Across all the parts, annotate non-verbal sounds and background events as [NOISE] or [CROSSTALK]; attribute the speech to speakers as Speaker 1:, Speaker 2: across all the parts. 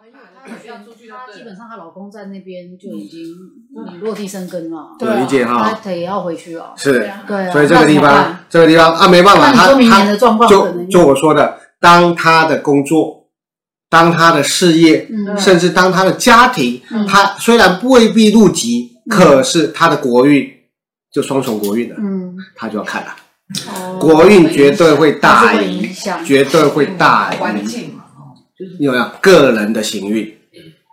Speaker 1: 朋友他只要出去就
Speaker 2: 她
Speaker 1: 对
Speaker 2: 基
Speaker 1: 了
Speaker 2: 本上她老公在那边就已经你落地生根了，
Speaker 1: 对啊
Speaker 3: 我理解
Speaker 2: 她
Speaker 3: 哈，
Speaker 2: 得要回去哦。
Speaker 1: 对
Speaker 3: 是，
Speaker 1: 啊
Speaker 2: 对啊，
Speaker 3: 所以这个地
Speaker 2: 那怎么
Speaker 3: 方，这个地方啊，没办法，
Speaker 2: 办，那你
Speaker 3: 他
Speaker 2: 说明年的
Speaker 3: 他
Speaker 2: 状况可
Speaker 3: 就
Speaker 2: 能
Speaker 3: 就我说的，当他的工作，当他的事业，
Speaker 2: 嗯
Speaker 3: 甚至当他的家庭，
Speaker 2: 嗯
Speaker 3: 他虽然未必入籍，
Speaker 2: 嗯
Speaker 3: 可是他的国运就双重国运了，
Speaker 2: 嗯，
Speaker 3: 他就要看了，
Speaker 2: 哦
Speaker 3: 国运绝对会
Speaker 2: 还
Speaker 3: 大
Speaker 2: 嗯是会影
Speaker 3: 于，
Speaker 2: 响，嗯
Speaker 3: 绝对会大
Speaker 1: 环
Speaker 3: 于
Speaker 1: 境嘛，哦就是
Speaker 3: 有没有个人的行运？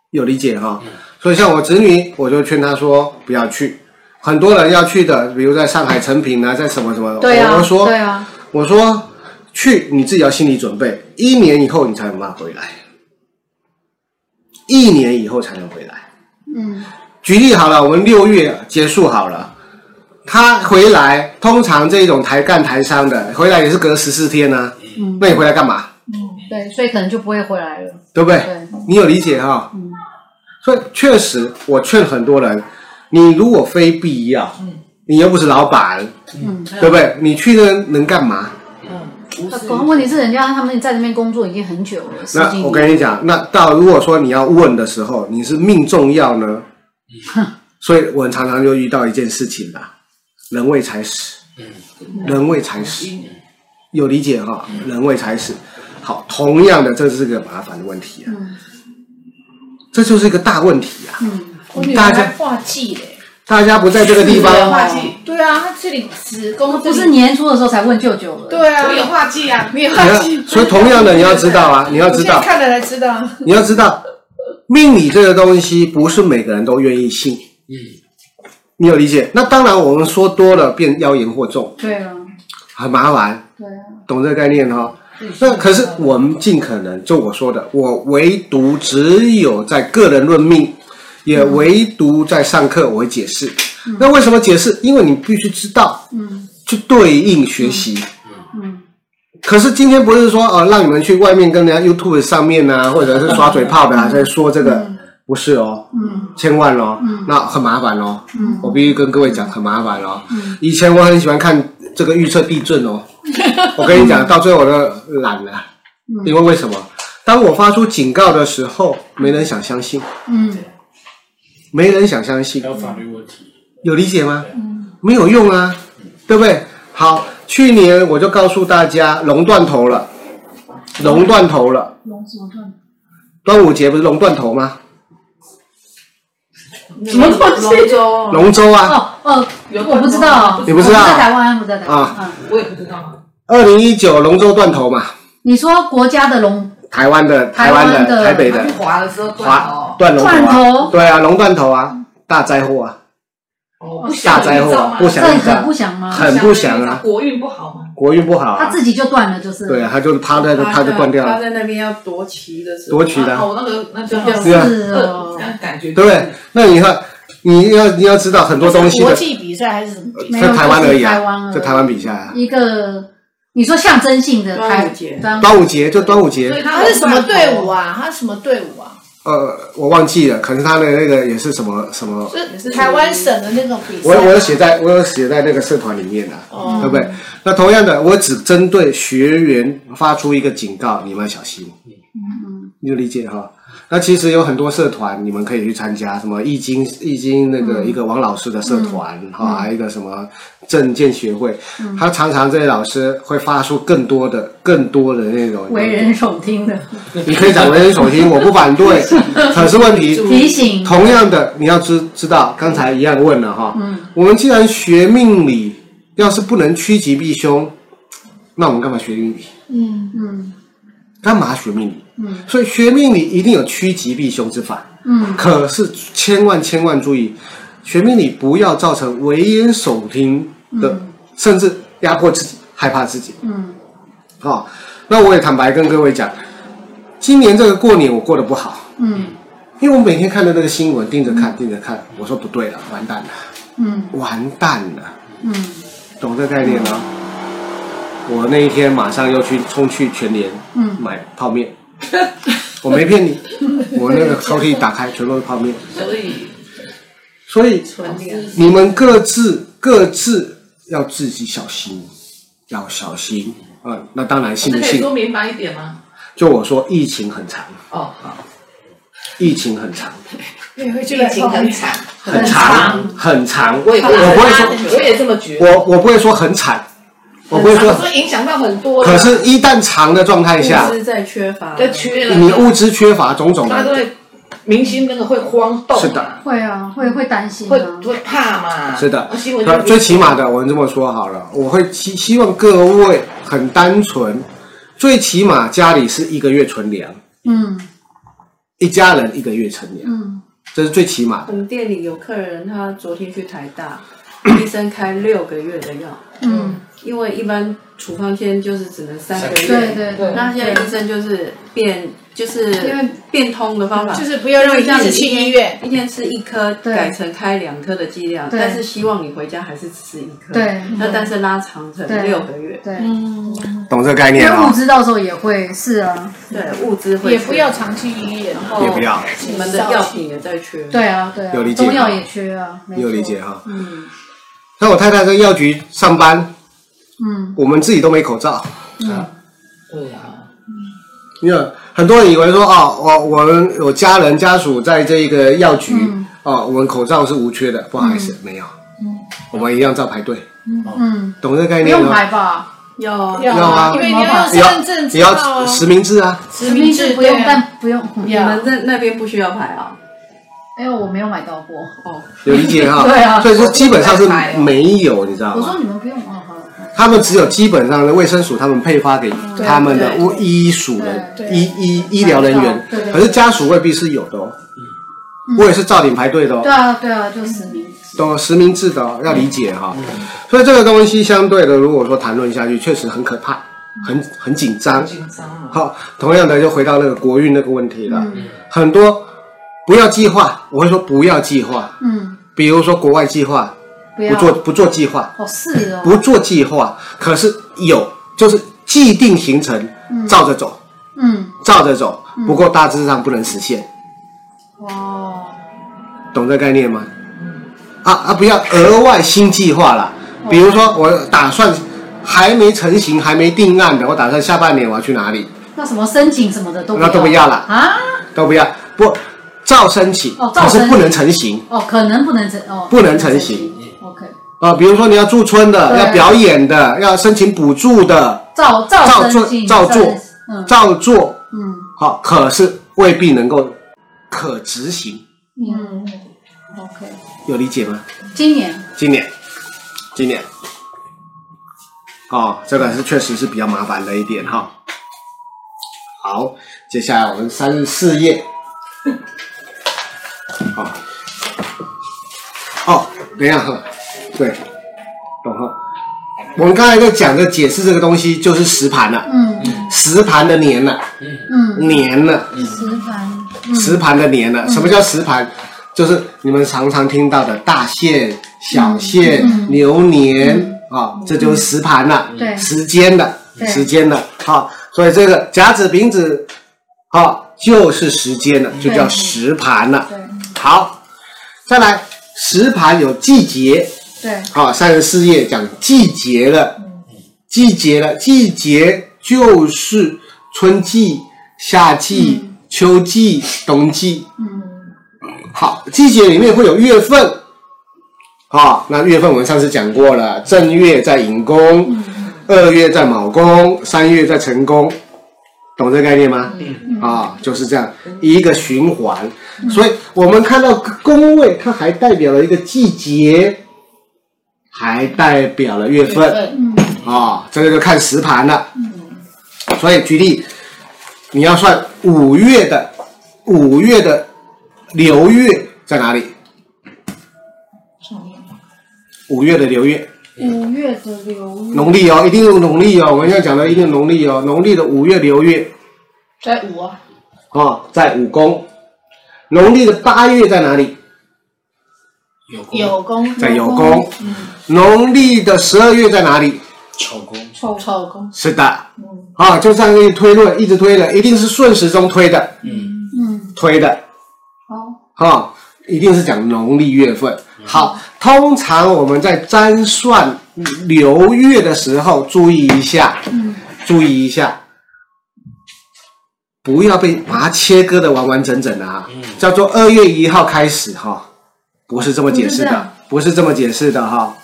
Speaker 3: 有理解哈、所以像我侄女，我就劝她说不要去。很多人要去的，比如在上海成品啊，在什么什么，
Speaker 2: 对啊，
Speaker 3: 我说
Speaker 2: 对啊，
Speaker 3: 我说去，你自己要心理准备，一年以后你才能办法回来，一年以后才能回来。
Speaker 2: 嗯
Speaker 3: 举例好了，我们六月结束好了，他回来，通常这种台干台商的回来也是隔十四天呢、啊，
Speaker 2: 嗯，
Speaker 3: 那你回来干嘛？
Speaker 2: 对，所以可能就不会回来了，
Speaker 3: 对不对？
Speaker 2: 对，
Speaker 3: 你有理解哈、
Speaker 2: 嗯
Speaker 3: 所以确实，我劝很多人，你如果非必要，
Speaker 1: 嗯
Speaker 3: 你又不是老板，
Speaker 2: 嗯。
Speaker 3: 对不对？你去那能干嘛？
Speaker 1: 嗯，无
Speaker 2: 可
Speaker 1: 私
Speaker 2: 能问题是，人家他们在那边工作已经很久了，十几
Speaker 3: 那
Speaker 2: 年。
Speaker 3: 我跟你讲，那到如果说你要问的时候，你是命重
Speaker 2: [LAUGHS]
Speaker 3: 要呢？所以我常常就遇到一件事情啦，人为财死，
Speaker 2: 嗯
Speaker 3: 人为财死，有理解哈、人为财死。好，同样的，这是个麻烦的问题啊，
Speaker 2: 嗯
Speaker 3: 这就是一个大问题啊。
Speaker 2: 嗯，
Speaker 4: 我女儿
Speaker 3: 大家
Speaker 4: 还化忌嘞，
Speaker 3: 大家不在这个地
Speaker 1: 我有
Speaker 3: 方，
Speaker 1: 化忌，
Speaker 4: 对啊，她这里子
Speaker 2: 那
Speaker 4: 宫
Speaker 2: 不
Speaker 4: 这
Speaker 2: 是
Speaker 4: 里，
Speaker 2: 年初的时候才问舅舅了。
Speaker 4: 对啊
Speaker 1: 我，有化忌啊，
Speaker 4: 没有
Speaker 3: 你
Speaker 4: 化
Speaker 3: 要
Speaker 4: 忌，
Speaker 3: 所以同样的，你要知道啊，你要知
Speaker 4: 现在
Speaker 3: 道，
Speaker 4: 看了才知道，
Speaker 3: 你要知道，命理这个东西不是每个人都愿意信，
Speaker 5: 嗯，
Speaker 3: 你有理解？那当然，我们说多了变妖言惑众，
Speaker 2: 对啊，
Speaker 3: 很麻烦。
Speaker 2: 对啊，
Speaker 3: 懂这个概念哈、
Speaker 1: 自己
Speaker 3: 那可是我们尽可能，就我说的，我唯独只有在个人论命，也唯独在上课我会解释。那为什么解释？因为你必须知道
Speaker 2: 嗯
Speaker 3: 去对应学习。
Speaker 2: 嗯
Speaker 3: 可是今天不是说哦，让你们去外面跟人家 YouTube 上面啊，或者是耍嘴炮的、啊、在说这个，不是哦，
Speaker 2: 嗯
Speaker 3: 千万哦
Speaker 2: 嗯，
Speaker 3: 那很麻烦哦。
Speaker 2: 嗯
Speaker 3: 我必须跟各位讲，很麻烦哦
Speaker 2: 嗯。
Speaker 3: 以前我很喜欢看这个预测地震哦，我跟你讲，到最后我都懒了，因
Speaker 2: 嗯
Speaker 3: 为为什么？当我发出警告的时候，没人想相信，
Speaker 2: 嗯，
Speaker 3: 没人想相信
Speaker 5: 还，
Speaker 1: 嗯
Speaker 5: 有法律问题，
Speaker 3: 有理解吗？
Speaker 2: 嗯
Speaker 3: 没有用啊，对不对？好，去年我就告诉大家，龙断头了，龙断头了。
Speaker 2: 龙什么
Speaker 3: 啊
Speaker 2: 断？
Speaker 3: 端午节不是龙断头吗？
Speaker 2: 什么东西
Speaker 1: 龙舟，
Speaker 3: 龙舟啊，
Speaker 2: 哦哦，
Speaker 1: 有
Speaker 2: 我不知道，
Speaker 3: 你不知道
Speaker 2: 我在台湾，不在台湾。
Speaker 3: 啊
Speaker 2: 嗯
Speaker 1: 我也不知道，
Speaker 3: 二零一九龙舟断头嘛，
Speaker 2: 你说国家的龙
Speaker 3: 台湾的、
Speaker 2: 台
Speaker 3: 台
Speaker 2: 湾
Speaker 3: 湾
Speaker 2: 的
Speaker 3: 的、台北
Speaker 1: 他
Speaker 3: 的
Speaker 1: 去。滑的时候断
Speaker 3: 滑
Speaker 1: 哦，
Speaker 3: 断龙
Speaker 2: 断
Speaker 3: 头啊，
Speaker 2: 头
Speaker 3: 对啊，龙断头啊，大灾祸啊，
Speaker 1: 哦，不
Speaker 3: 大
Speaker 1: 想
Speaker 3: 灾祸啊，不
Speaker 2: 这
Speaker 3: 祥
Speaker 2: 个
Speaker 3: 预
Speaker 2: 很
Speaker 3: 兆
Speaker 2: 不，祥吗？
Speaker 3: 很不祥啊，
Speaker 1: 国运不好嘛，
Speaker 3: 国运不好
Speaker 2: 他
Speaker 3: 啊，
Speaker 2: 自己就断了，就是。
Speaker 3: 对啊，。他就趴在那，他就断掉
Speaker 4: 她
Speaker 3: 了，
Speaker 4: 在那边要夺旗的时候，
Speaker 3: 夺取的
Speaker 1: 啊
Speaker 3: 啊，
Speaker 1: 我那个那
Speaker 2: 就
Speaker 1: 就是
Speaker 3: 对啊
Speaker 2: 哦，
Speaker 1: 那感觉
Speaker 3: 对不对？那你看，你要你要知道很多东西
Speaker 4: 国
Speaker 3: 的，
Speaker 4: 际比赛还是什么？
Speaker 2: 没有
Speaker 3: 在台湾而
Speaker 2: 就
Speaker 3: 已
Speaker 2: 是台湾而
Speaker 3: 啊，
Speaker 2: 已
Speaker 3: 在台湾比赛啊，
Speaker 2: 一个你说象征性的
Speaker 4: 端午
Speaker 2: 台
Speaker 4: 节
Speaker 2: 端
Speaker 3: 端午节就端午
Speaker 1: 所以
Speaker 3: 节，
Speaker 1: 他
Speaker 4: 她是什么队伍？啊？她什么队伍啊？
Speaker 3: 呃，我忘记了，可是他的那个也是什么什么，
Speaker 4: 是台湾省的那种比赛。
Speaker 3: 我我有写在我有写在那个社团里面的、
Speaker 4: 哦
Speaker 3: 对不对？那同样的，我只针对学员发出一个警告，你们要小心。
Speaker 2: 嗯
Speaker 3: 你就理解哈。那其实有很多社团，你们可以去参加，什么易经易经那
Speaker 2: 嗯
Speaker 3: 个一个王老师的社团哈，还有一个什么证件学会，
Speaker 2: 嗯
Speaker 3: 他常常这些老师会发出更多的、更多的那种
Speaker 2: 嗯，为人所听的
Speaker 3: 你可以讲为人所听，我不
Speaker 2: [LAUGHS]
Speaker 3: 反对，可是问题
Speaker 2: 提醒，
Speaker 3: 同样的，你要知知道，刚才一样问了哈，
Speaker 2: 嗯
Speaker 3: 我们既然学命理，要是不能趋吉避凶，那我们干嘛学命理？
Speaker 4: 嗯，
Speaker 2: 嗯
Speaker 3: 干嘛学命理？
Speaker 2: 嗯
Speaker 3: 所以学命理一定有趋吉避凶之法。
Speaker 2: 嗯
Speaker 3: 可是千万千万注意，学命理不要造成危言耸听的，甚至压迫自己、害怕自己。
Speaker 2: 嗯
Speaker 3: 好、那我也坦白跟各位讲，今年这个过年我过得不好，
Speaker 2: 嗯
Speaker 3: 因为我每天看的那个新闻，盯着看，盯着看，我说不对了，完蛋了，
Speaker 2: 嗯
Speaker 3: 完蛋了，
Speaker 2: 嗯
Speaker 3: 懂这概念吗？我那一天马上又去冲去全联
Speaker 2: 嗯，
Speaker 3: 买泡面，我没骗你，我那个抽屉打开全部是泡面，
Speaker 1: 所以
Speaker 3: 所以
Speaker 4: 纯良。
Speaker 3: 你们各自各自要自己小心，要小心。嗯，那当然信
Speaker 1: 这
Speaker 3: 不
Speaker 1: 可以
Speaker 3: 信
Speaker 1: 说？明白一点吗？
Speaker 3: 就我说，疫情很长，
Speaker 1: 哦，好，
Speaker 3: 疫情很长，
Speaker 4: 你会去
Speaker 1: 疫情很惨，
Speaker 3: 很
Speaker 2: 长
Speaker 3: 长，很长。
Speaker 1: 我也
Speaker 3: 我不会说，
Speaker 1: 我也这么觉得，
Speaker 3: 我我不会说很惨，我不会说。
Speaker 1: 所以影响到很多人，
Speaker 3: 可是，一旦长的状态下
Speaker 5: 物，资在缺乏，
Speaker 1: 在缺了，
Speaker 3: 你物资缺乏，种种
Speaker 1: 大家都
Speaker 3: 的，
Speaker 1: 会明星那个会慌动，
Speaker 3: 是的，
Speaker 2: 会啊，会会担心
Speaker 1: 会
Speaker 2: 啊。
Speaker 1: 会怕嘛，
Speaker 3: 是的
Speaker 1: 啊新闻
Speaker 3: 那
Speaker 1: 就
Speaker 3: 最起码的，我们这么说好了，我会希希望各位很单纯，最起码家里是一个月存粮，
Speaker 2: 嗯
Speaker 3: 一家人一个月存粮，
Speaker 2: 嗯，
Speaker 3: 这是最起码的。
Speaker 5: 我们店里有客人，他昨天去台大，医生开六个月的药，
Speaker 2: 嗯，
Speaker 5: 因为一般处方签就是只能三个
Speaker 2: 对
Speaker 5: 月，
Speaker 2: 对
Speaker 1: 对
Speaker 2: 对，
Speaker 5: 那现在医生就是变就是
Speaker 2: 因为
Speaker 5: 变通的方法，
Speaker 4: 就是不要让你
Speaker 5: 就像
Speaker 4: 一直去医院，
Speaker 5: 一天吃一颗，
Speaker 2: 对
Speaker 5: 改成开两颗的剂量，
Speaker 2: 对
Speaker 5: 但是希望你回家还是只吃一颗，
Speaker 2: 对
Speaker 5: 那但是拉长成
Speaker 2: 对
Speaker 5: 六个月，
Speaker 2: 对，
Speaker 4: 嗯，
Speaker 3: 懂这个概
Speaker 2: 因
Speaker 3: 念
Speaker 2: 为物
Speaker 3: 啊？
Speaker 2: 资到时候也会是啊，
Speaker 5: 对，物资会
Speaker 4: 也不要常去医院。
Speaker 5: 缺，
Speaker 3: 也不要
Speaker 5: 然后你们的药品也在缺，
Speaker 2: 对啊对啊，
Speaker 3: 有理解
Speaker 2: 中药也缺啊，没
Speaker 3: 你有理
Speaker 2: 错
Speaker 3: 解，哈？
Speaker 5: 嗯，
Speaker 3: 那我太太在药局上班，
Speaker 2: 嗯
Speaker 3: 我们自己都没口罩。
Speaker 2: 嗯
Speaker 1: 对啊，
Speaker 3: 因为很多人以为说哦，我我们有家人家属在这个药局、
Speaker 2: 嗯
Speaker 3: 哦，我们口罩是无缺的，不好意思，没有，我们一样照排队，
Speaker 2: 嗯，
Speaker 3: 懂这个概
Speaker 2: 不
Speaker 3: 念
Speaker 2: 用
Speaker 3: 吗？
Speaker 2: 排吧，
Speaker 5: 要
Speaker 4: 要
Speaker 3: 要啊
Speaker 4: 因为你要用身份证
Speaker 3: 你
Speaker 4: 知道
Speaker 3: 要
Speaker 4: 啊，
Speaker 3: 实名制啊，
Speaker 2: 实名制不用，
Speaker 4: 对啊
Speaker 2: 但不用，
Speaker 4: 不
Speaker 5: 你
Speaker 4: 要
Speaker 5: 们在那边不需要排啊，
Speaker 2: 哎呦，我没有买到过，
Speaker 5: 哦，
Speaker 3: 有理解哈、
Speaker 2: 对啊
Speaker 3: 所以说基本上是
Speaker 1: 我不敢排哦
Speaker 3: 没有，你知道
Speaker 2: 我说
Speaker 3: 吗？
Speaker 2: 你们不用啊，好了，好了
Speaker 3: 他们只有基本上的卫生署，他们配发给
Speaker 2: 对
Speaker 3: 他们的
Speaker 4: 对
Speaker 3: 医属人、
Speaker 4: 对
Speaker 3: 医医医疗人员，
Speaker 2: 对对
Speaker 3: 可是家属未必是有的哦。
Speaker 2: 嗯
Speaker 3: 我也是照领排队的哦
Speaker 2: 对。啊对啊，就实名制，
Speaker 3: 懂实名制的、哦、要理解哈、
Speaker 2: 嗯
Speaker 3: 所以这个东西相对的，如果说谈论下去，确实很可怕，
Speaker 2: 嗯
Speaker 3: 很很紧张
Speaker 1: 很。紧张啊，
Speaker 3: 好，同样的就回到那个国运那个问题了，
Speaker 2: 嗯
Speaker 3: 很多不要计划，我会说不要计划，
Speaker 2: 嗯，
Speaker 3: 比如说国外计划，
Speaker 2: 不
Speaker 3: 不
Speaker 2: 要，
Speaker 3: 做不做计划，
Speaker 2: 哦是哦，
Speaker 3: 不做计划，啊可是有就是既定行程，照着走，
Speaker 2: 嗯，
Speaker 3: 照着走，不过大致上不能实现，
Speaker 2: 哇哦，
Speaker 3: 懂这概念吗？啊啊，不要额外新计划啦。比如说，我打算还没成型、还没定案的，我打算下半年我要去哪里，
Speaker 2: 那什么申请什么的都
Speaker 3: 那都不要了，
Speaker 2: 啊，
Speaker 3: 都不要。不，照申请，
Speaker 2: 哦
Speaker 3: 可
Speaker 2: 照申请
Speaker 3: 是不能成型
Speaker 2: 哦可能不能成哦，
Speaker 3: 不能成型
Speaker 2: ，OK，
Speaker 3: 啊。比如说，你要驻村的、
Speaker 2: 对
Speaker 3: 要表演的、要申请补助的，
Speaker 2: 照照
Speaker 3: 照
Speaker 2: 申
Speaker 3: 做
Speaker 2: 请
Speaker 3: 照做
Speaker 2: 申嗯
Speaker 3: 照做
Speaker 2: 嗯
Speaker 3: 好，可是未必能够可执行，
Speaker 2: 嗯，OK，
Speaker 3: 有理解吗？
Speaker 2: 今年
Speaker 3: 今年，今年，哦，这个是确实是比较麻烦的一点哈。好，接下来我们三十四
Speaker 2: [LAUGHS]
Speaker 3: 页。好、哦，等一下哈，对，懂哈。我们刚才在讲的解释这个东西，就是实盘了，
Speaker 2: 嗯
Speaker 3: 实盘的年了，
Speaker 2: 嗯
Speaker 3: 年了。
Speaker 2: 十盘
Speaker 3: 实盘的年
Speaker 2: 嗯
Speaker 3: 了。什么叫实盘？就是你们常常听到的大限、小限、
Speaker 2: 嗯嗯
Speaker 3: 流年啊、这就是实盘了，
Speaker 2: 对
Speaker 3: 时间了，
Speaker 2: 对
Speaker 3: 时间了。好、所以这个甲子、丙子，好、就是时间了，就叫实盘了。
Speaker 2: 对
Speaker 3: 好，再来，实盘有季节，
Speaker 2: 对
Speaker 3: 好，三十四页讲季节了，季节了，季节就是春季、夏季、秋季、冬季。
Speaker 2: 嗯
Speaker 3: 好，季节里面会有月份，好，那月份我们上次讲过了，正月在寅宫，二月在卯宫，三月在辰宫，懂这个概念吗？啊，就是这样一个循环，所以我们看到宫位，它还代表了一个季节，还代表了月份。
Speaker 2: 嗯
Speaker 3: 啊、这个就看实盘了。所以举例，你要算五月的五月的流月在哪里？五月的流月，
Speaker 2: 五月的流月
Speaker 3: 农历哦，一定用农历哦。我们要讲的一定农历哦，农历的五月流月
Speaker 4: 在五啊，
Speaker 3: 啊、哦在五宫。农历的八月在哪里？
Speaker 6: 有功
Speaker 4: 有功嗯
Speaker 3: 在酉
Speaker 2: 酉
Speaker 3: 宫。农历的十二月在哪里？
Speaker 6: 巧功，
Speaker 4: 丑丑功，
Speaker 3: 是的，啊、
Speaker 2: 嗯
Speaker 3: 就这样一推论，一直推的，一定是顺时钟推的，
Speaker 6: 嗯，
Speaker 2: 嗯
Speaker 3: 推的。
Speaker 2: 好
Speaker 3: 哈、一定是讲农历月份。好，通常我们在占算流月的时候，注意一下，
Speaker 2: 嗯
Speaker 3: 注意一下，不要被把它切割的完完整整的啊
Speaker 6: 嗯，
Speaker 3: 叫做二月一号开始哈，不是这么解释
Speaker 4: 不是这样
Speaker 3: 的，不是这么解释的哈。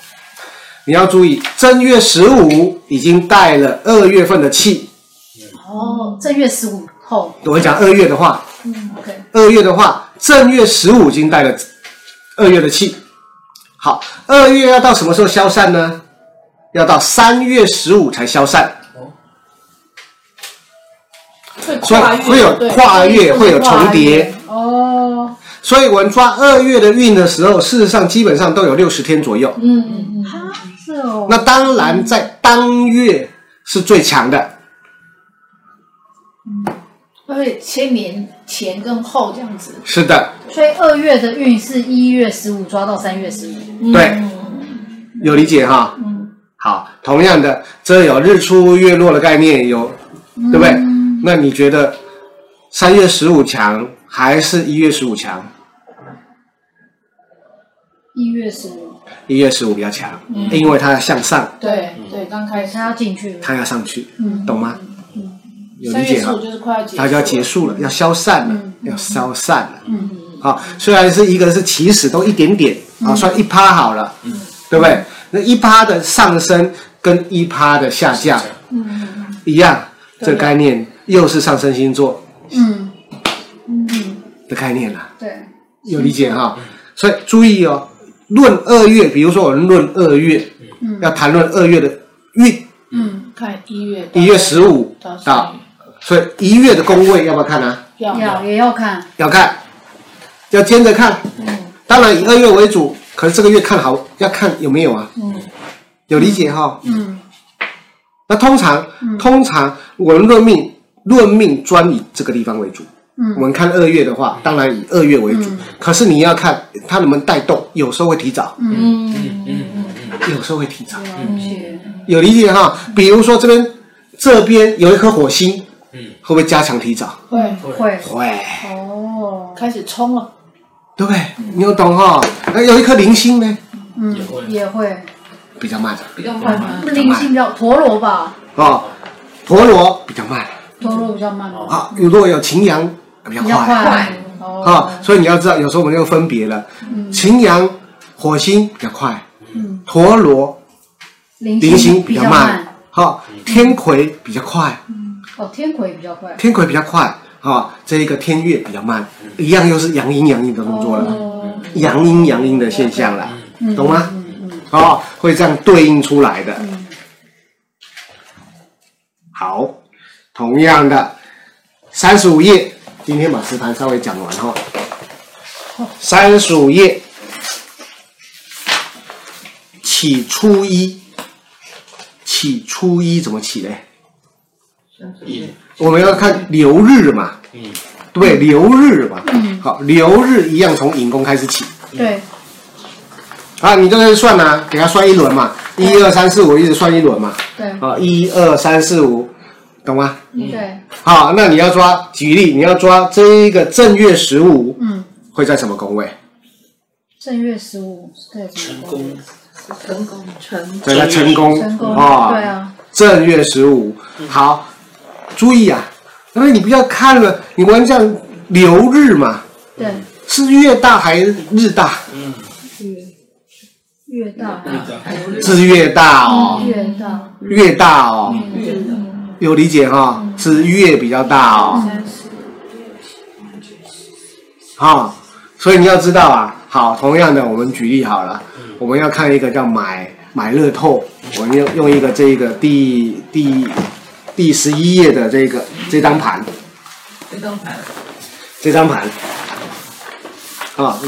Speaker 3: 你要注意，正月十五已经带了二月份的气。
Speaker 2: 哦，正月十五后，
Speaker 3: 我讲二月的话，
Speaker 4: 嗯，OK，
Speaker 3: 二月的话，正月十五已经带了二月的气。好，二月要到什么时候消散呢？要到三月十五才消散。
Speaker 4: 会
Speaker 3: 所以
Speaker 4: 跨越，
Speaker 3: 会有
Speaker 4: 对
Speaker 3: 跨越
Speaker 4: 会
Speaker 3: 会有重叠
Speaker 4: 跨越哦，
Speaker 3: 所以我们抓二月的运的时候，事实上基本上都有六十天左右。
Speaker 4: 嗯嗯嗯，
Speaker 2: 哈，是哦，
Speaker 3: 那当然，在当月是最强的，
Speaker 4: 会不会千年前跟后这样子？
Speaker 3: 是的，
Speaker 2: 所以二月的运是一月十五抓到三月十五，
Speaker 3: 对，
Speaker 4: 嗯
Speaker 3: 有理解哈？好，同样的，这有日出月落的概念，有，对不对？那你觉得三月十五强还是一月十五强？
Speaker 2: 一月十五，
Speaker 3: 一月十五比较强，因为它要向上，
Speaker 4: 对对，刚开始
Speaker 2: 他要进去了，
Speaker 3: 它要上去，懂吗？有理
Speaker 4: 三月
Speaker 3: 解
Speaker 4: 十
Speaker 3: 哈
Speaker 4: 五？就是快要结束，
Speaker 3: 它就要结
Speaker 4: 束，
Speaker 3: 束了，要消散了，要消散了。嗯好，虽然是一个是起始都一点点啊，算一趴好了，嗯，对不对？那一趴的上升跟一趴的下降
Speaker 4: 嗯
Speaker 3: 一样，这概念又是上升星座
Speaker 2: 嗯，
Speaker 3: 的概念了，
Speaker 4: 对，
Speaker 3: 有理解哈？所以注意哦，论二月，比如说我们论二月，要谈论二月的运，
Speaker 4: 嗯，看一月
Speaker 3: 一月十五
Speaker 4: 到三
Speaker 3: 到
Speaker 4: 月，
Speaker 3: 所以一月的宫位要不要看啊？
Speaker 4: 要
Speaker 2: 要也要看，
Speaker 3: 要看，要兼着看。
Speaker 2: 嗯
Speaker 3: 当然以二月为主，可是这个月看好要看有没有啊？有理解哈？
Speaker 2: 嗯，
Speaker 3: 那通常通常我们论命论命专以这个地方为主。
Speaker 2: 嗯
Speaker 3: 我们看二月的话，当然以二月为主，可是你要看它能不能带动，有时候会提早，
Speaker 6: 嗯嗯嗯
Speaker 3: 有时候会提早，
Speaker 2: 了解，
Speaker 3: 有理解哈？
Speaker 2: 嗯
Speaker 3: 比如说这边这边有一颗火星，
Speaker 6: 嗯
Speaker 3: 会不会加强提早？
Speaker 4: 会
Speaker 2: 会
Speaker 3: 会。
Speaker 2: 哦，
Speaker 4: 开始冲了，
Speaker 3: 对不对？你有懂哈、那有一颗零星呢，
Speaker 2: 嗯
Speaker 6: 也会，
Speaker 2: 也会，
Speaker 3: 比较慢
Speaker 1: 比较快吗？
Speaker 5: 嗯
Speaker 2: 那灵性比较陀螺吧，
Speaker 3: 哦，陀螺比较慢
Speaker 2: 陀螺比较慢哦，
Speaker 3: 啊，如果有擎羊比较
Speaker 2: 比较
Speaker 3: 快
Speaker 2: 快，
Speaker 3: 啊、
Speaker 2: 哦，
Speaker 3: 所以你要知道，有时候我们就分别了，擎羊、火星比较快，
Speaker 2: 嗯
Speaker 3: 陀螺、
Speaker 2: 灵
Speaker 3: 零星
Speaker 2: 性
Speaker 3: 比
Speaker 2: 比
Speaker 3: 较
Speaker 2: 较
Speaker 3: 慢，，哈、天魁比较快，
Speaker 2: 哦，天魁比较快，
Speaker 3: 天魁比较快，哈、这一个天月比较慢，一样又是阳阴阳阴的动作了，
Speaker 4: 哦，
Speaker 3: 阳阴阳阴的现象了，
Speaker 2: 嗯
Speaker 3: 懂吗？
Speaker 2: 嗯嗯嗯，
Speaker 3: 哦，会这样对应出来的。好，同样的，三十五页，今天把实盘稍微讲完哈。三十五页，起初一，起初一怎么起嘞？
Speaker 6: 一
Speaker 3: 我们要看流日嘛，
Speaker 6: 嗯
Speaker 3: 对不对？流日嘛，好，流日一样从引宫开始起。
Speaker 2: 对，
Speaker 3: 啊，你就开始算啊，给他算一轮嘛，一二三四五一直算一轮嘛，
Speaker 2: 对
Speaker 3: 啊，一二三四五，懂吗？
Speaker 2: 对，
Speaker 3: 好，那你要抓，举例，你要抓这一个正月十五
Speaker 2: 嗯，
Speaker 3: 会在什么宫位？
Speaker 2: 正月十五对，
Speaker 6: 成功
Speaker 5: 成
Speaker 3: 在在成功
Speaker 2: 成功，
Speaker 3: 哦
Speaker 2: 对啊，
Speaker 3: 正月十五，好，注意啊，那你不要看了，你玩这样流日嘛，
Speaker 2: 对，
Speaker 3: 是月大还是日大？
Speaker 2: 越大
Speaker 5: 嗯
Speaker 3: 是月大哦，
Speaker 2: 越大，
Speaker 3: 月大哦，有理解哈、是月比较大哦。好、所以你要知道啊，好，同样的，我们举例好了，我们要看一个叫买买乐透，我们用用一个这个第第第十一页的这个这张盘，
Speaker 1: 这张牌
Speaker 3: 这张盘，啊、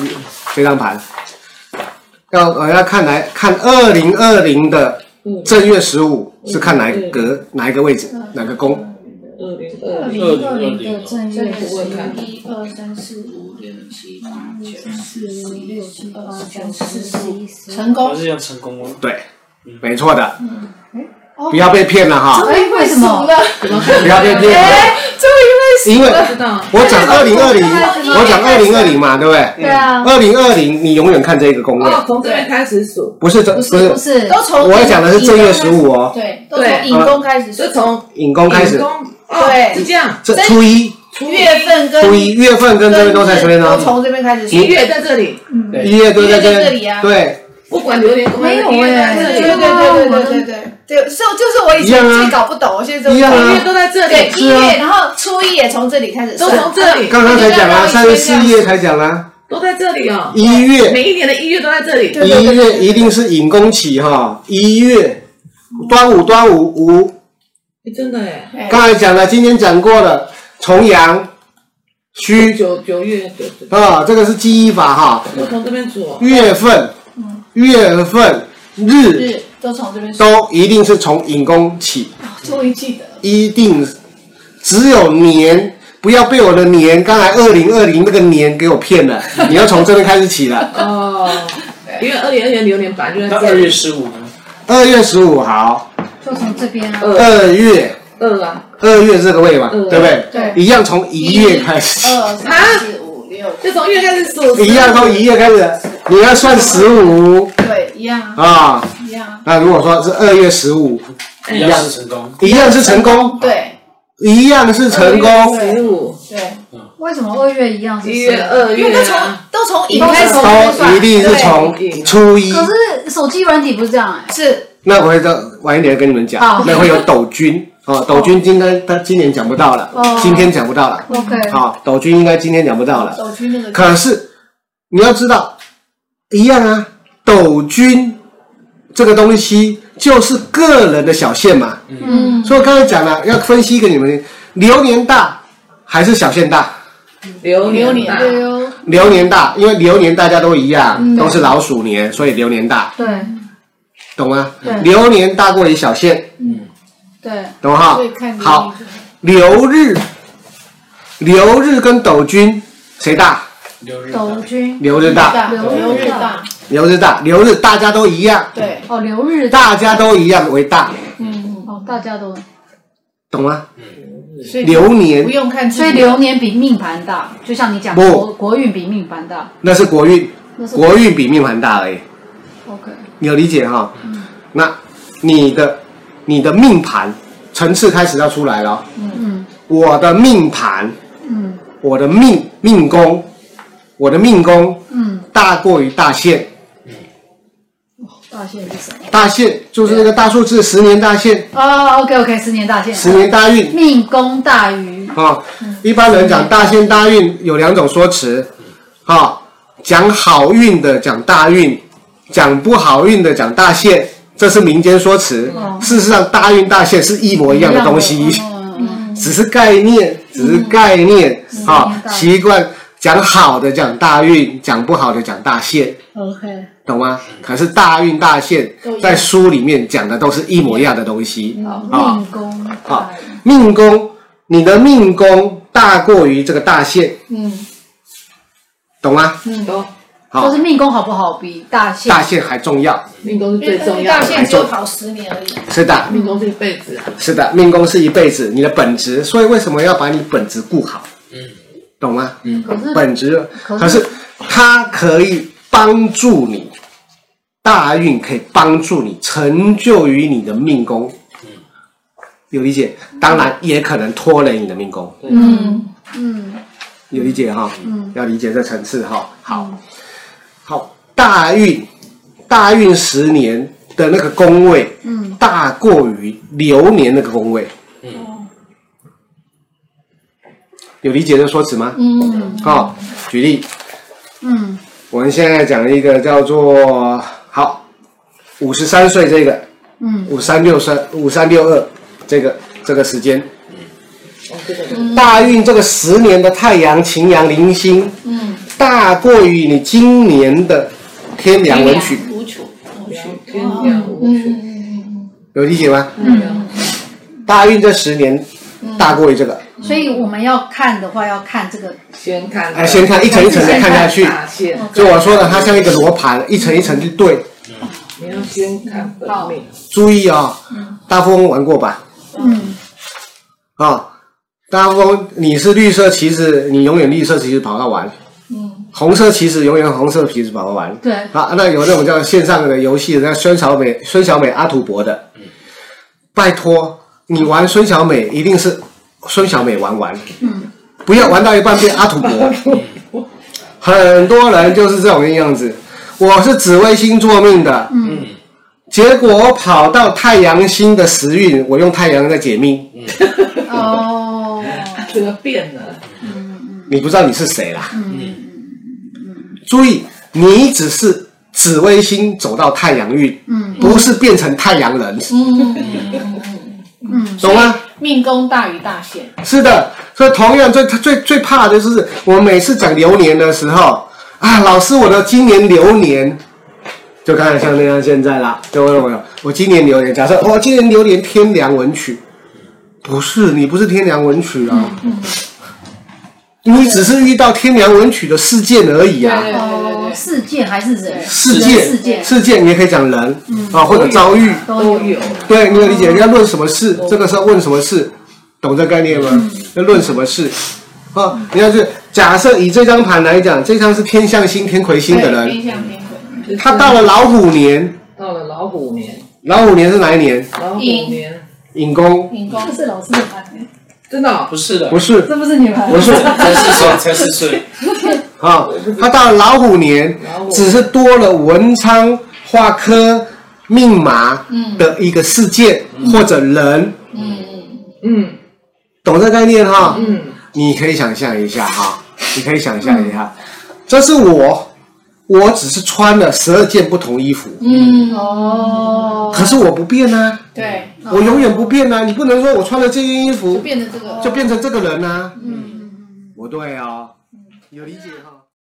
Speaker 3: 这张盘，要我要看来看二零二零的
Speaker 1: 嗯
Speaker 3: 正月十五是看哪一个哪一个位置哪个宫。
Speaker 1: 二零
Speaker 2: 二
Speaker 1: 二
Speaker 2: 零二零的正
Speaker 4: 这
Speaker 2: 月
Speaker 4: 里
Speaker 2: 十
Speaker 4: 是一
Speaker 2: 五
Speaker 4: 二三四五六七八九
Speaker 2: 四五六七八九十十一十二，
Speaker 4: 成功
Speaker 6: 还，是要成功哦。
Speaker 3: 对，没错的，
Speaker 4: 哦
Speaker 3: 不要被骗了哈，
Speaker 2: 哎，为什么？
Speaker 3: 不要被骗
Speaker 4: 哎
Speaker 3: 了，因为
Speaker 1: 知道
Speaker 3: 我讲二零二零，
Speaker 4: 对
Speaker 3: 我讲二零二零嘛，对不对？
Speaker 2: 对啊，
Speaker 3: 二零二零你永远看这个宫位，
Speaker 1: 哦，从这边开始数，
Speaker 3: 不是这不
Speaker 2: 是
Speaker 3: 是
Speaker 2: 不，是？
Speaker 4: 都从
Speaker 3: 我要讲的是正月十五哦，
Speaker 4: 对，都从引弓开始，
Speaker 1: 是从
Speaker 3: 引宫开始
Speaker 1: 引，宫哦
Speaker 4: 对
Speaker 1: 是这样，
Speaker 3: 这初一
Speaker 4: 月份跟
Speaker 3: 初一月份跟这边都在这边啊
Speaker 4: 都，从这边开始
Speaker 3: 一
Speaker 4: 算，
Speaker 1: 月在这里，
Speaker 6: 对
Speaker 3: 一月都在
Speaker 4: 一月在这里啊
Speaker 3: 对，
Speaker 1: 不管榴莲公园
Speaker 2: 没有
Speaker 1: 月在
Speaker 2: 哎
Speaker 1: 这
Speaker 4: 对
Speaker 1: 里
Speaker 4: 对对对对对对
Speaker 2: 啊
Speaker 4: 对，是就是我以前
Speaker 3: 一样啊
Speaker 4: 最搞不懂，我现在
Speaker 3: 一样啊
Speaker 1: 月都在这啊
Speaker 4: 对
Speaker 1: 里，
Speaker 4: 一月，然后初一也从这里开始
Speaker 1: 都
Speaker 4: 算，
Speaker 1: 从这里，
Speaker 3: 刚刚才讲
Speaker 4: 我
Speaker 3: 啊，
Speaker 4: 觉得
Speaker 3: 三
Speaker 4: 让一
Speaker 3: 十四页才讲啊，
Speaker 1: 都在这里哦。
Speaker 3: 一月
Speaker 1: 每一年的一月都在这里，
Speaker 3: 一月一定是引工起哈，一月端午端午无，
Speaker 1: 哎真的哎，
Speaker 4: 对
Speaker 3: 刚才讲了，今天讲过了，重阳虚
Speaker 1: 九九月对对，
Speaker 3: 啊，这个是记忆法哈，
Speaker 1: 我从这边数哦，
Speaker 3: 月份月份日
Speaker 4: 日哎都从这边算，
Speaker 3: 都一定是从引工起，
Speaker 4: 终于记得了。
Speaker 3: 一定只有年。不要被我的年，刚才二零二零那个年给我骗了，你要从这边开始起了。
Speaker 5: 哦，
Speaker 1: 因为二零二零榴莲版就在
Speaker 6: 那
Speaker 1: 这
Speaker 6: 二
Speaker 1: 里
Speaker 6: 月十五呢？
Speaker 3: 二月十五号，
Speaker 2: 就从这边啊，
Speaker 1: 二
Speaker 3: 二月
Speaker 1: 二啊，
Speaker 3: 二月这个位嘛，
Speaker 1: 嗯
Speaker 3: 对不对？
Speaker 4: 对
Speaker 3: 一样从一月开始，
Speaker 4: 二三四五六，
Speaker 1: 就从月开始数，
Speaker 3: 一样从一月开始，你要算十五
Speaker 4: 对，一样啊
Speaker 3: 啊。
Speaker 4: 一样，
Speaker 3: 那如果说是二月十五，
Speaker 6: 一样是成功，
Speaker 3: 一样是成功，
Speaker 4: 对
Speaker 3: 一样是成功，
Speaker 1: 十五，
Speaker 4: 对，
Speaker 2: 为什么二月一样是
Speaker 1: 一月
Speaker 2: 12？
Speaker 1: 二
Speaker 4: 因为
Speaker 1: 月
Speaker 4: 都从
Speaker 1: 啊，
Speaker 4: 都从一
Speaker 2: 都
Speaker 4: 开始
Speaker 2: 从
Speaker 3: 都一定是从
Speaker 1: 对
Speaker 3: 初一。
Speaker 2: 可是手机软体不是这样哎、
Speaker 4: 是
Speaker 3: 那我会再晚一点跟你们讲
Speaker 2: 好，
Speaker 3: 那会有斗君哦，斗君今天他今年讲不到了
Speaker 2: 哦，
Speaker 3: 今天讲不到了，
Speaker 2: OK，
Speaker 3: 好，斗君应该今天讲不到了。
Speaker 4: 走去那个
Speaker 3: 可是你要知道，一样啊，斗菌这个东西就是个人的小线嘛。
Speaker 2: 嗯，
Speaker 3: 所以我刚才讲了，要分析给你们，流年大还是小线大？
Speaker 1: 流
Speaker 4: 流
Speaker 1: 年
Speaker 4: 年
Speaker 1: 大，
Speaker 2: 对哦，
Speaker 3: 流年大，因为流年大家都一样，
Speaker 2: 嗯
Speaker 3: 都是老鼠年，所以流年大，
Speaker 2: 对
Speaker 3: 懂吗？
Speaker 2: 对
Speaker 3: 流年大过于小线，
Speaker 2: 对，
Speaker 3: 懂哈
Speaker 4: 所以？看你
Speaker 3: 好，流日，流日跟斗君谁大？
Speaker 6: 六日
Speaker 2: 斗君
Speaker 3: 流日大，
Speaker 4: 大
Speaker 2: 流
Speaker 4: 流日
Speaker 2: 日
Speaker 4: 大
Speaker 2: 大，
Speaker 3: 流日大，流日大家都一样，
Speaker 4: 对，
Speaker 2: 哦，流日大
Speaker 3: 大家都一样为大，
Speaker 4: 嗯，
Speaker 2: 哦，大家都，
Speaker 3: 懂吗？
Speaker 4: 所以
Speaker 3: 流
Speaker 4: 不
Speaker 3: 年
Speaker 4: 用看自
Speaker 2: 所以
Speaker 4: 己，
Speaker 2: 流年比命盘大，就像你讲
Speaker 3: 不
Speaker 2: 国国运比命盘大，
Speaker 3: 那是国运，
Speaker 2: 那是
Speaker 3: 国运比命盘大而已，
Speaker 2: OK，
Speaker 3: 你有理解哈？那你的你的命盘层次开始要出来了。
Speaker 2: 嗯
Speaker 3: 我的命盘，
Speaker 2: 嗯
Speaker 3: 我的命命宫，我的命宫
Speaker 2: 嗯，
Speaker 3: 大过于大限，
Speaker 2: 大限是什么？
Speaker 3: 大限就是那个大数字十年大限，
Speaker 2: 哦，OK OK，十年大限，
Speaker 3: 十年大运
Speaker 2: 命宫大于
Speaker 3: 啊、一般人讲大限大运有两种说辞，啊、讲好运的讲大运，讲不好运的讲大限，这是民间说辞。
Speaker 2: 哦
Speaker 3: 事实上，大运大限是一模一样的东西，
Speaker 2: 嗯嗯嗯
Speaker 3: 只是概念，只是概念啊、
Speaker 2: 嗯
Speaker 3: 习惯讲好的讲大运，讲不好的讲大限，
Speaker 2: ，OK，
Speaker 3: 懂吗？可是大运大限在书里面讲的都是一模一样的东西。
Speaker 2: 嗯
Speaker 3: 啊好
Speaker 2: 命宫
Speaker 3: 好
Speaker 2: 大于，
Speaker 3: 啊命宫，你的命宫大过于这个大限，
Speaker 4: 嗯
Speaker 3: 懂吗？
Speaker 4: 嗯，
Speaker 1: 都
Speaker 2: 就
Speaker 3: 好
Speaker 2: 是，命宫好不好比大限
Speaker 3: 大限还重要，
Speaker 1: 命宫是最重要
Speaker 4: 大
Speaker 1: 的，
Speaker 4: 限只有跑十年而已，
Speaker 3: 是的，
Speaker 1: 命宫是一辈子啊，
Speaker 3: 是的，命宫是一辈子，你的本职，所以为什么要把你本职顾好？
Speaker 6: 嗯，
Speaker 3: 懂吗？
Speaker 2: 可是
Speaker 3: 本职，
Speaker 2: 可是
Speaker 3: 可是它可以帮助你，大运可以帮助你成就于你的命宫，有理解？当然也可能拖累你的命宫，
Speaker 4: 嗯，
Speaker 2: 嗯
Speaker 3: 有理解哈？
Speaker 2: 嗯，
Speaker 3: 要理解这层次哈。好，好，大运，大运十年的那个宫位
Speaker 2: 嗯
Speaker 3: 大过于流年那个宫位，有理解这说辞吗？
Speaker 2: 嗯
Speaker 3: 好，举例，
Speaker 2: 嗯
Speaker 3: 我们现在讲一个叫做好五十三岁这个
Speaker 2: 嗯
Speaker 3: 五三六三五三六二这个这个时间，
Speaker 1: 哦这个
Speaker 3: 大运这个十年的太阳、擎羊、铃星，
Speaker 4: 嗯，
Speaker 3: 大过于你今年的天梁文曲，
Speaker 4: 舞曲，舞曲，
Speaker 1: 天亮
Speaker 4: 嗯
Speaker 1: 舞曲，
Speaker 4: 嗯
Speaker 3: 有理解吗？
Speaker 2: 嗯，
Speaker 3: 大运这十年大过于这个，
Speaker 2: 所以我们要看的话，要看这个
Speaker 1: 先看
Speaker 3: 哎，先看一层一层的看下去。
Speaker 1: 大限，
Speaker 3: 就我说的，它像一个罗盘，一层一层去对。
Speaker 1: 你要先看本命，
Speaker 3: 注意啊、大富翁玩过吧？
Speaker 2: 嗯
Speaker 3: 啊、大富翁，你是绿色旗子，你永远绿色旗子跑到玩；
Speaker 4: 嗯
Speaker 3: 红色旗子永远红色旗子跑到玩。
Speaker 2: 对
Speaker 3: 啊，那有那种叫线上的游戏，那孙小美、孙小美、阿土伯的，拜托你玩孙小美，一定是孙小美玩完，
Speaker 2: 嗯
Speaker 3: 不要玩到一半变阿土伯。
Speaker 2: [LAUGHS]
Speaker 3: 很多人就是这种样子。我是紫微星座命的，
Speaker 6: 嗯
Speaker 3: 结果我跑到太阳星的时运，我用太阳在解命，
Speaker 2: 哦，
Speaker 1: 这个变了，
Speaker 3: 你不知道你是谁啦。
Speaker 2: 嗯
Speaker 3: 注意，你只是紫微星走到太阳运，
Speaker 2: 嗯
Speaker 3: 不是变成太阳人，
Speaker 2: 嗯，
Speaker 3: 懂吗？
Speaker 4: 命宫大于大限，
Speaker 3: 是的，所以同样最最最怕的就是我每次讲流年的时候啊，老师，我的今年流年就看像那样现在啦，各位朋友，我今年流年，假设我、哦今年流年天梁文曲，不是你不是天梁文曲啊，你只是遇到天梁文曲的事件而已啊。
Speaker 5: 对对对
Speaker 2: 哦，
Speaker 5: 对
Speaker 2: 事件还是人？
Speaker 3: 事
Speaker 2: 人
Speaker 3: 件，
Speaker 2: 事件
Speaker 3: 事件，你也可以讲人、
Speaker 5: 嗯
Speaker 3: 啊，或者遭遇，
Speaker 2: 都
Speaker 1: 有
Speaker 2: 有。
Speaker 3: 对，你有理
Speaker 1: 哦
Speaker 3: 解？要论什么事？这个时候问什么事？懂这概念吗？
Speaker 1: 嗯
Speaker 3: 要论什么事？啊，你要是假设以这张盘来讲，这张是天象星、天魁星的
Speaker 4: 对，
Speaker 3: 人，
Speaker 4: 偏向偏鬼，
Speaker 1: 就是
Speaker 3: 他到了老虎年，
Speaker 1: 到了老虎年，
Speaker 3: 老虎年是哪一年？
Speaker 1: 老虎年
Speaker 3: 寅宫
Speaker 4: 命宫
Speaker 7: 是老师的牌，
Speaker 1: 真的哦
Speaker 6: 不是的
Speaker 3: 不，是，
Speaker 7: 这不是你牌。
Speaker 3: 不是
Speaker 6: 才四岁，才四岁，
Speaker 3: 啊，他到了老虎年
Speaker 1: 老，虎
Speaker 3: 只是多了文昌、化科、命马的一个事件或者人，
Speaker 1: 嗯
Speaker 3: 懂这概念哈？
Speaker 1: 嗯，
Speaker 3: 你可以想象一下哈，你可以想象一下，
Speaker 4: 嗯
Speaker 3: 这是我，我只是穿了十二件不同衣服，
Speaker 4: 嗯，
Speaker 2: 哦，
Speaker 3: 可是我不变啊，
Speaker 4: 对，嗯
Speaker 3: 我永远不变啊，你不能说我穿了这件衣服
Speaker 4: 变成这个
Speaker 3: 就变成这个人啊，嗯，不对哦，有理解哈。